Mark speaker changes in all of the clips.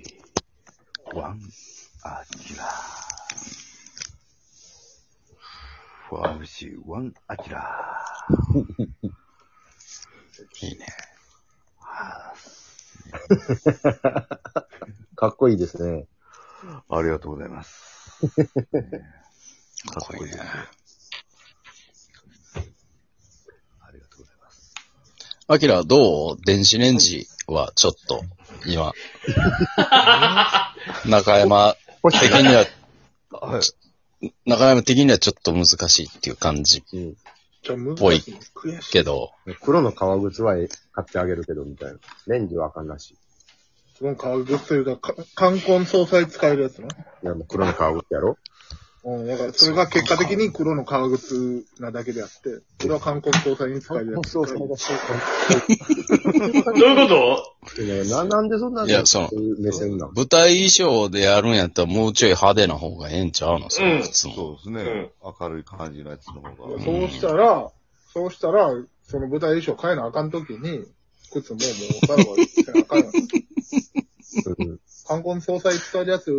Speaker 1: 4MC1 アキラ 4MC1 アキラ
Speaker 2: いいね。
Speaker 3: かっこいいですね。
Speaker 1: ありがとうございます。
Speaker 2: かっこいいね。
Speaker 1: ありがとうございます。
Speaker 2: アキラ、どう電子レンジはちょっと、 今。中山的には、
Speaker 1: はい。
Speaker 2: 中山的にはちょっと難しいっていう感じ
Speaker 3: うん。
Speaker 4: じゃあ、む
Speaker 2: ぽい
Speaker 4: 悔しい。
Speaker 2: けど、
Speaker 3: 黒の革靴は買ってあげるけど、みたいな。レンジはあかんらしい。
Speaker 4: その革靴というか、か冠婚葬祭使えるやつな。
Speaker 3: いや、もう黒の革靴やろ
Speaker 4: うん、だから、それが結果的に黒の革靴なだけであって、それは冠婚葬祭に使えるやつ。
Speaker 5: どういうこと
Speaker 3: いやな、なんでそんな、
Speaker 2: いやその
Speaker 3: ういう目線なん
Speaker 2: 舞台衣装でやるんやったらもうちょい派手な方がええんちゃうのそれ
Speaker 5: うん
Speaker 2: 普通の。
Speaker 1: そうですね。明るい感じのやつの方が。
Speaker 4: そうしたら、そうしたら、その舞台衣装変えなあかんときに、靴ももうさらばせなあかんやん。
Speaker 3: うん
Speaker 4: 冠婚葬祭使えるやつ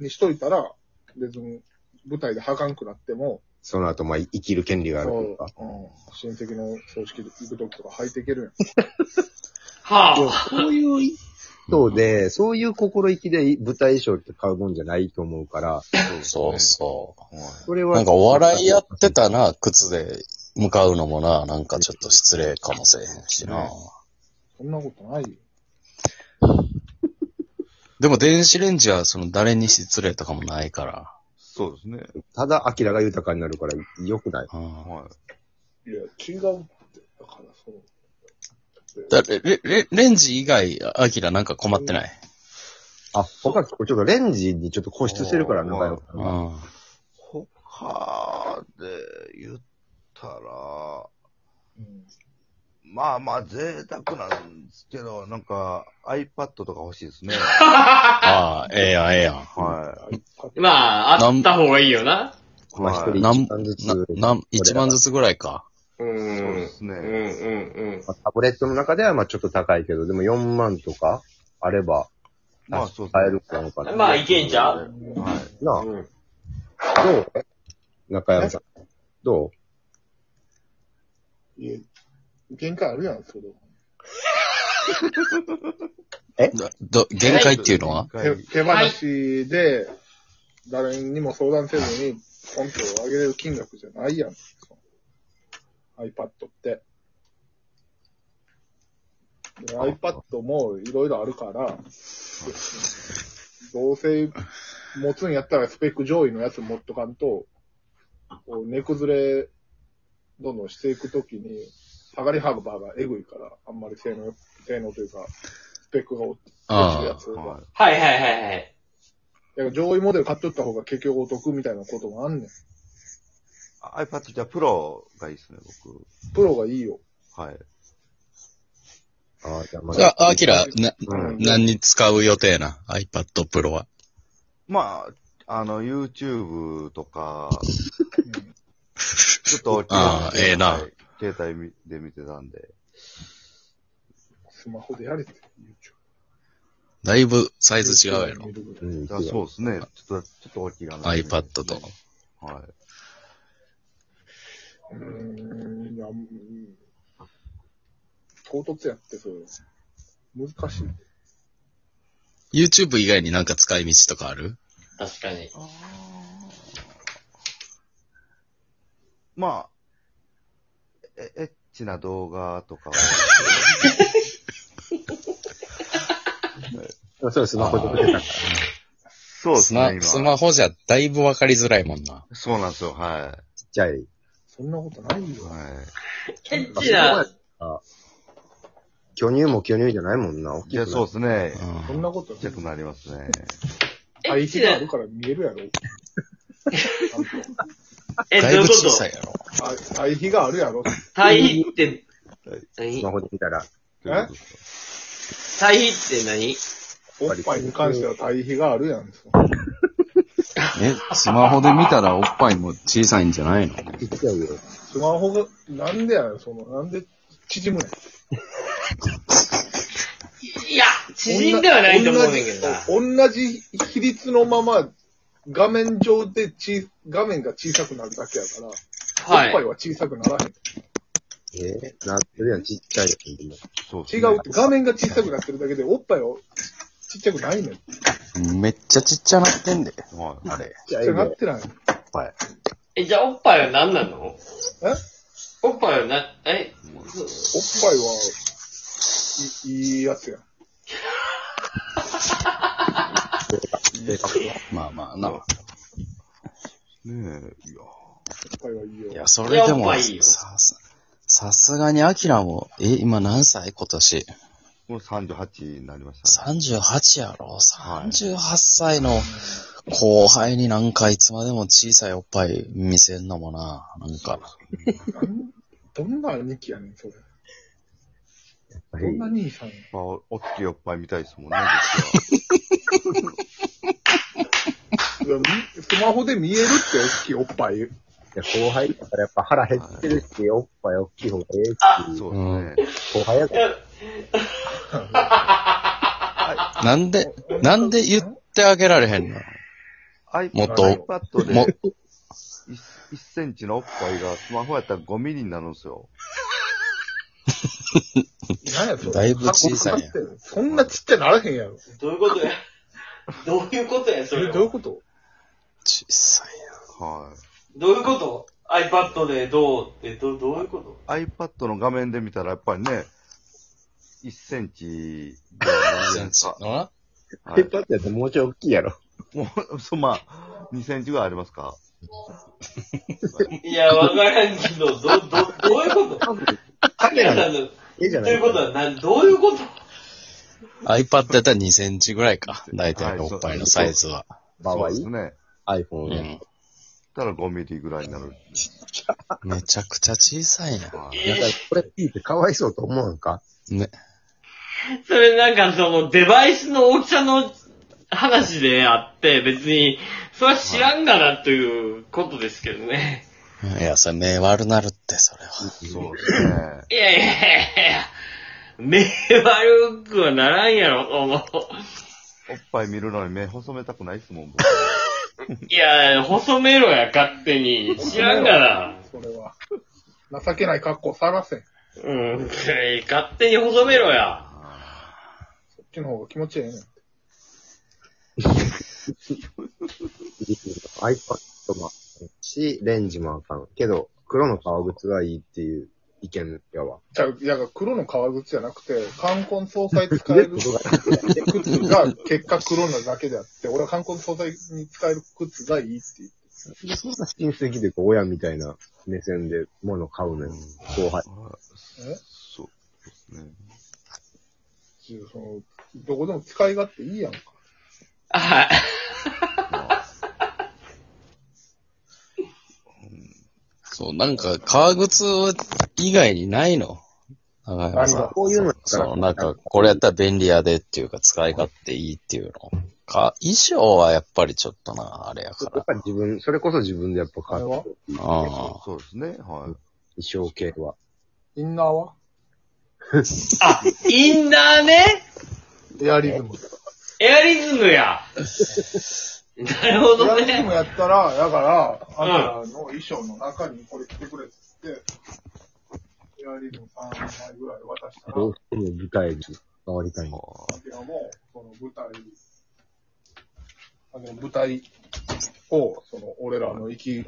Speaker 4: にしといたら、別に舞台ではかんくなっても、
Speaker 3: その後、まあ、生きる権利がある
Speaker 4: そ
Speaker 3: と
Speaker 4: う
Speaker 3: いうか。
Speaker 4: うん親戚の葬式で行くときとか履いていけるやん。
Speaker 3: でも
Speaker 5: は
Speaker 3: そういう人で、そういう心意気で舞台衣装って買うもんじゃないと思うから、
Speaker 2: そうそ
Speaker 1: は
Speaker 3: それ
Speaker 2: う。
Speaker 3: は。
Speaker 2: なんかお笑いやってたな、靴で向かうのもな、なんかちょっと失礼かもしれへんしな。
Speaker 4: そんなことないよ。
Speaker 2: でも電子レンジはその誰に失礼とかもないから。
Speaker 1: そうですね。
Speaker 3: ただ、アキラが豊かになるから良くない。
Speaker 2: うん
Speaker 1: はい
Speaker 4: や、違うって。だから、そう。
Speaker 2: ん、だレレレレンジ以外、アキラなんか困ってない。
Speaker 3: あ、他、ちょっとレンジにちょっと固執してるから、
Speaker 1: うん
Speaker 3: 仲良く。
Speaker 2: う
Speaker 3: あ
Speaker 2: ん。
Speaker 1: い。他で言ったら、
Speaker 4: うん。
Speaker 1: まあまあ贅沢なんですけど、なんか iPad とか欲しいですね。
Speaker 2: ああ、ええやん、ええやん。
Speaker 1: は
Speaker 5: ぁ。まあ、あった方がいいよな。
Speaker 1: い。
Speaker 3: まあ一人
Speaker 1: はい
Speaker 2: なん
Speaker 3: 一万ずつ
Speaker 2: な、なん、一万ずつぐらいか。
Speaker 5: うーん。
Speaker 1: そうですね
Speaker 5: うんうんうん。
Speaker 3: タブレットの中では、まあちょっと高いけど、でも4万とかあれば、
Speaker 1: まあそうです
Speaker 3: 買え
Speaker 1: ね
Speaker 3: る。かなのかな。
Speaker 5: まあいけんじゃ
Speaker 1: はい。
Speaker 3: なあ、
Speaker 5: うん。
Speaker 3: どう中山さん。どう
Speaker 4: いや、限界あるやん、それ。
Speaker 2: ど、ど限界っていうのは
Speaker 1: はい
Speaker 4: 手手放しで、誰にも相談せずに、ポンと上げれる金額じゃないやん。iPad って。で iPad もいろいろあるから、どうせ持つんやったらスペック上位のやつ持っとかんと、こう、根崩れ、どんどんしていくときに、上がり幅がえぐいから、あんまり性能、性能というか、スペックが落ちるや
Speaker 2: あ
Speaker 4: つが
Speaker 1: は
Speaker 5: はいはいはいはい。
Speaker 4: だから上位モデル買っとった方が結局お得みたいなこともあんねん。
Speaker 1: い。iPad じゃあプロがいいですね、僕。
Speaker 4: プロがいいよ。
Speaker 1: はい。
Speaker 3: ああ、じゃあまあ
Speaker 2: あ。じゃあ、アキラ、な、
Speaker 3: うん
Speaker 2: 何に使う予定な ?iPad Pro は。
Speaker 1: まあ、あの、YouTube とか、
Speaker 4: うん
Speaker 1: ちょっと、
Speaker 2: ああええな
Speaker 1: はい携帯で見てたんで。
Speaker 4: スマホでやれって。
Speaker 2: だいぶサイズ違うやろ。
Speaker 3: う
Speaker 4: ろ。
Speaker 3: ん、
Speaker 1: あそうですね。ちょっと、ちょっと大きいかな。
Speaker 2: iPad と。
Speaker 1: は
Speaker 4: うーん、いや、うん唐突やって、それ。難しい。
Speaker 2: YouTube 以外になんか使い道とかある
Speaker 5: 確かに。
Speaker 1: い。まあ、え、エッチな動画とかは。
Speaker 3: あそうスマホで出てたか
Speaker 1: そうです
Speaker 2: スマ
Speaker 1: ね、、
Speaker 2: ス
Speaker 1: 今。
Speaker 2: マホじゃだいぶわかりづらいもんな。
Speaker 1: そうなんですよ、は
Speaker 3: ちっちゃい。
Speaker 4: そんなことない
Speaker 1: い。
Speaker 4: よ。
Speaker 1: は
Speaker 5: エッチな、
Speaker 3: 巨乳も巨乳じゃないもんな。大
Speaker 1: い。
Speaker 3: き
Speaker 1: じゃあ
Speaker 3: く
Speaker 1: そう
Speaker 3: な
Speaker 1: ですね。
Speaker 4: そんなこと
Speaker 1: ちっちゃく
Speaker 4: ない。
Speaker 1: なりますね。
Speaker 5: エッ
Speaker 4: 対
Speaker 5: チ
Speaker 4: 比
Speaker 5: な
Speaker 4: があ、るから見えるやろ。
Speaker 2: う
Speaker 5: え、
Speaker 2: ん。
Speaker 5: ど
Speaker 2: だ
Speaker 5: う
Speaker 2: い
Speaker 5: いう
Speaker 2: ぶ
Speaker 5: こ
Speaker 2: 小さい
Speaker 5: と
Speaker 2: やろ。
Speaker 4: ちゃんとあ対比があるやろ。
Speaker 5: 対比って、何
Speaker 3: スマホで見たら、
Speaker 1: ということです
Speaker 5: 対比って何
Speaker 4: おっぱいに関しては対比があるやん。
Speaker 2: え、スマホで見たらおっぱいも小さいんじゃないの
Speaker 3: ちっちゃいよ。
Speaker 4: スマホが、なんでやねん、その、なんで縮むねん。
Speaker 5: 縮んではないと思うねんけどな。
Speaker 4: 同じ比率のまま、画面上でち、画面が小さくなるだけやから、
Speaker 5: は
Speaker 4: おっぱい
Speaker 5: い。
Speaker 4: は小さくならへん。
Speaker 3: えーなってるやん、ちっちゃいやん。でも
Speaker 1: そう
Speaker 4: 違うって、画面が小さくなってるだけで、おっぱいはちっちゃくないねん。ち
Speaker 2: めっちゃちっちゃなってんで。
Speaker 1: はい
Speaker 2: あれ。
Speaker 4: っちゃくなってない。
Speaker 2: はい。
Speaker 5: え、じゃあおっぱいは何なの
Speaker 4: え
Speaker 5: おっぱいはな、え、そう
Speaker 4: おっぱいは、いいいやつやん。
Speaker 2: まあまあな。
Speaker 1: ねえ、いや。
Speaker 4: おっぱいはいいよ。
Speaker 2: いや、それで
Speaker 5: いやおっ
Speaker 2: も
Speaker 5: ぱいいい、よ
Speaker 2: さす、さすがにアキラも、え、今何歳今年。
Speaker 1: もう38になりましたね。
Speaker 2: 38やろ
Speaker 1: はい
Speaker 2: ?38 歳の後輩になんかいつまでも小さいおっぱい見せんのもな。なんか、
Speaker 4: なんどんな兄貴やねん、それ。
Speaker 3: は。
Speaker 4: どんない兄さんや。
Speaker 1: まあ、おおっきいおっぱい見たいですもん ね、僕
Speaker 4: いやみスマホで見えるって、大きいおっぱい。
Speaker 3: や後輩だからやっぱ腹減ってるし、おっぱい大きい方がええし、
Speaker 1: は。そうですね。
Speaker 3: 後輩やから。
Speaker 2: なんで、なんで言ってあげられへんの
Speaker 1: iPad
Speaker 2: もっと
Speaker 1: iPad で
Speaker 2: も、
Speaker 1: 1, 1センチのおっぱいがスマホやったら5ミリになるんですよ。
Speaker 4: なんやそれ
Speaker 2: だいぶ小さいやん
Speaker 4: 箱使ってそんなちっちゃならへんやろ。
Speaker 5: どういうこと やどういうことや、それ
Speaker 4: え
Speaker 5: は。
Speaker 4: どういうこと
Speaker 2: 小さい
Speaker 1: は
Speaker 5: どういうこと ?iPad でどうって、どどういうこと
Speaker 1: い。iPad の画面で見たらやっぱりね、1センチぐらいになる
Speaker 2: な。
Speaker 1: じゃないですか。
Speaker 2: のな
Speaker 1: は
Speaker 3: ペ
Speaker 1: い
Speaker 3: ッ。パってやつもうちょい大きいやろ。
Speaker 1: もう、そう、まあ、2センチぐらいありますか
Speaker 5: いや、わからんけど、ど、ど、どういうこと
Speaker 3: カメラの
Speaker 5: さんの、
Speaker 3: 絵じゃ
Speaker 5: と
Speaker 3: ないいう
Speaker 5: ことは、なん、どういうこと
Speaker 2: iPad やったら2センチぐらいか。大体のおっぱいのサイズは。
Speaker 3: 場
Speaker 1: そう
Speaker 3: 合
Speaker 1: で、すね。
Speaker 2: う
Speaker 3: iPhone ね。
Speaker 2: ん。
Speaker 1: たら5ミリぐらいになる。
Speaker 2: めちゃくちゃ小さいな。
Speaker 1: はい
Speaker 3: なんか、これ聞いてかわいそうと思うんか
Speaker 2: ね。
Speaker 5: それなんかその、デバイスの大きさの話であって、別に、それは知らんがなということですけどね。
Speaker 2: いや、それ目悪なるって、それは。
Speaker 1: そうですね。
Speaker 5: いやいやいやいや、目悪くはならんやろ、その。
Speaker 1: おっぱい見るのに目細めたくないですもん、僕。
Speaker 5: いや、細めろや、勝手に。知らんがな。
Speaker 4: それは。情けない格好さらせん。こ
Speaker 5: うん、勝手に細めろや。
Speaker 4: っちの方が気持ちいいねん。
Speaker 3: iPad もあかんし、レンジもあかん。けど、黒の革靴がいいっていう意見やわ。
Speaker 4: じゃあ、いや黒の革靴じゃなくて、冠婚葬祭使える靴が、結果黒なだけであって、俺は冠婚葬祭に使える靴がいいって言って。
Speaker 3: そんな親戚でこう親みたいな目線で物買うねん。後輩。
Speaker 4: え
Speaker 1: そうですね。
Speaker 4: その、どこでも使い勝手いいやんか。
Speaker 5: はい。
Speaker 2: そう、なんか、革靴以外にないの長山さ
Speaker 4: 何
Speaker 2: ん
Speaker 4: が。
Speaker 3: こういうのやった
Speaker 2: そ
Speaker 3: ら
Speaker 2: の、なんか、これやったら便利やでっていうか、使い勝手いいっていうの。か、衣装はやっぱりちょっとな、あれやか
Speaker 3: や
Speaker 2: ら
Speaker 3: っ。ぱり自分、それこそ自分でやっぱ買う。
Speaker 4: あれは
Speaker 3: 衣
Speaker 2: あ
Speaker 1: そうですね。はい。
Speaker 3: 装系は。
Speaker 4: インナーは
Speaker 5: あ、インナーね。
Speaker 4: エアリズム。
Speaker 5: エアリズム や。なるほ
Speaker 4: エア
Speaker 5: ど
Speaker 4: リズ
Speaker 5: ね
Speaker 4: ム。やったら、だから、あなたの衣装の中にこれ着てくれって言って、エアリズム3枚ぐらい渡したら、
Speaker 3: どうしても舞台に変わりたいんだ。
Speaker 1: は
Speaker 4: アキラも、その舞台、あの舞台を、その俺らの息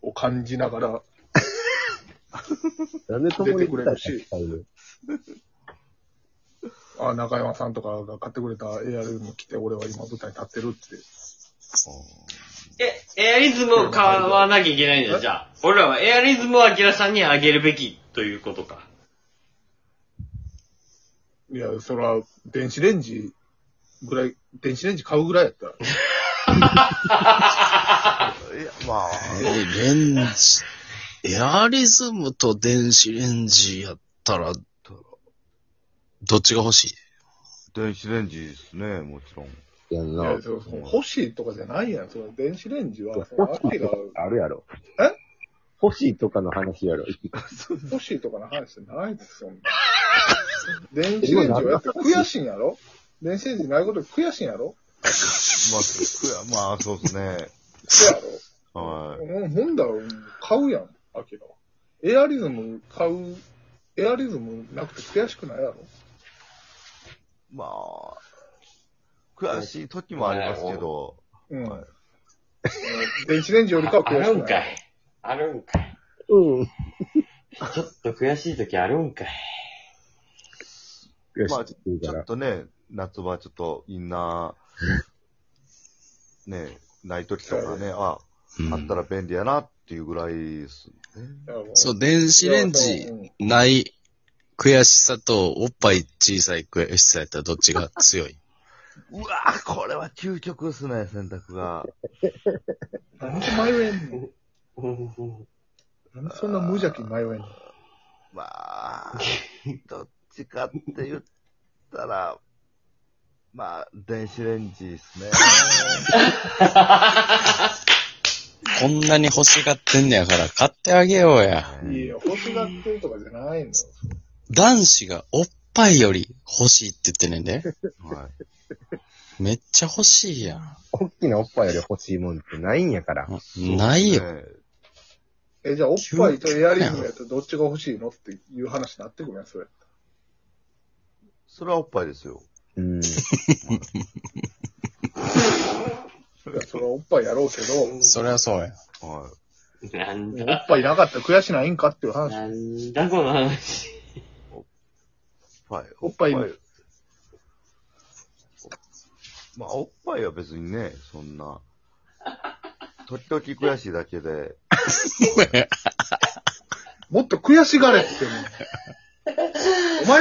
Speaker 4: を感じながら、
Speaker 3: なんで共に舞台にしたいの
Speaker 4: あ、中山さんとかが買ってくれたエアリズム着て、俺は今舞台に立ってるって。
Speaker 5: え、エアリズムを買わなきゃいけないんだ、じゃあ。俺らはエアリズムをアキラさんにあげるべきということか。
Speaker 4: いや、そら、電子レンジぐらい、電子レンジ買うぐらいやったら、
Speaker 1: い。いや、まあ、
Speaker 2: え、レンジ、エアリズムと電子レンジやったら、どっちが欲しい
Speaker 1: 電子レンジですね、もちろん。
Speaker 3: やん
Speaker 4: い
Speaker 3: な
Speaker 4: や、。そうそう欲しいとかじゃないやん。その電子レンジは、そのア
Speaker 3: 欲し
Speaker 4: キ
Speaker 3: いと
Speaker 4: ラ
Speaker 3: かあるやろ。
Speaker 4: え
Speaker 3: 欲しいとかの話やろ。
Speaker 4: 欲しいとかの話じゃないですよ。電子レンジはやっぱ悔しいんやろ電子レンジないこと悔しいんや ろ
Speaker 1: まあ、くやまあ、そうですね。
Speaker 4: 悔やろ
Speaker 1: は
Speaker 4: うん、ほんだら、買うやん、アキラ。エアリズム買う、エアリズムなくて悔しくないやろ
Speaker 1: い。まあ、悔しい時もありますけど、
Speaker 4: うん。
Speaker 1: はい
Speaker 4: 電子レンジよりかは
Speaker 5: あ
Speaker 4: 悔しく
Speaker 5: るん
Speaker 4: な
Speaker 5: か
Speaker 4: い。
Speaker 5: い。あるんかい。
Speaker 3: うん。
Speaker 5: ちょっと悔しい時あるんかい。
Speaker 3: 悔し
Speaker 1: まあ
Speaker 3: いって言う
Speaker 1: ち
Speaker 3: か
Speaker 1: ょっ
Speaker 3: ら。
Speaker 1: とね、夏場ちょっとインナー、ね、ない時とかね、あ、
Speaker 2: うん
Speaker 1: あったら便利やなっていうぐらいですね。
Speaker 2: そう、電子レン
Speaker 4: いや
Speaker 2: ジ
Speaker 4: もううん
Speaker 2: ない悔しさと、おっぱい小さい悔しさやったらどっちが強い
Speaker 1: うわぁ、これは究極ですね、選択が。
Speaker 4: なんで迷えんの
Speaker 5: うん
Speaker 4: なんでそんな無邪気に迷えんの
Speaker 1: まあ、どっちかって言ったら、まあ、電子レンジですね。
Speaker 2: こんなに欲しがってんねやから買ってあげようや。
Speaker 4: いや、欲しがってるとかじゃないの。
Speaker 2: 男子がおっぱいより欲しいって言ってんねんで。
Speaker 1: はい
Speaker 2: めっちゃ欲しいやん。
Speaker 3: 大きなおっぱいより欲しいもんってないんやから。
Speaker 2: ないよ。
Speaker 1: ね
Speaker 4: え、じゃあ、おっぱいとエアリズムやったらどっちが欲しいのっていう話になってくるやん、それ。
Speaker 1: それはおっぱいですよ。
Speaker 3: うん。
Speaker 4: いや、それはおっぱいやろうけど、も
Speaker 2: そりゃそう や。
Speaker 1: は
Speaker 5: なん
Speaker 4: うおっ
Speaker 5: だ、
Speaker 4: ぱいなかったら悔しないんかっていう話。
Speaker 5: なんだこの話。
Speaker 1: い。はい、
Speaker 4: おっぱい
Speaker 1: まあ、おっぱいは別にね、そんな。時々悔しいだけで、
Speaker 4: もっと悔しがれって、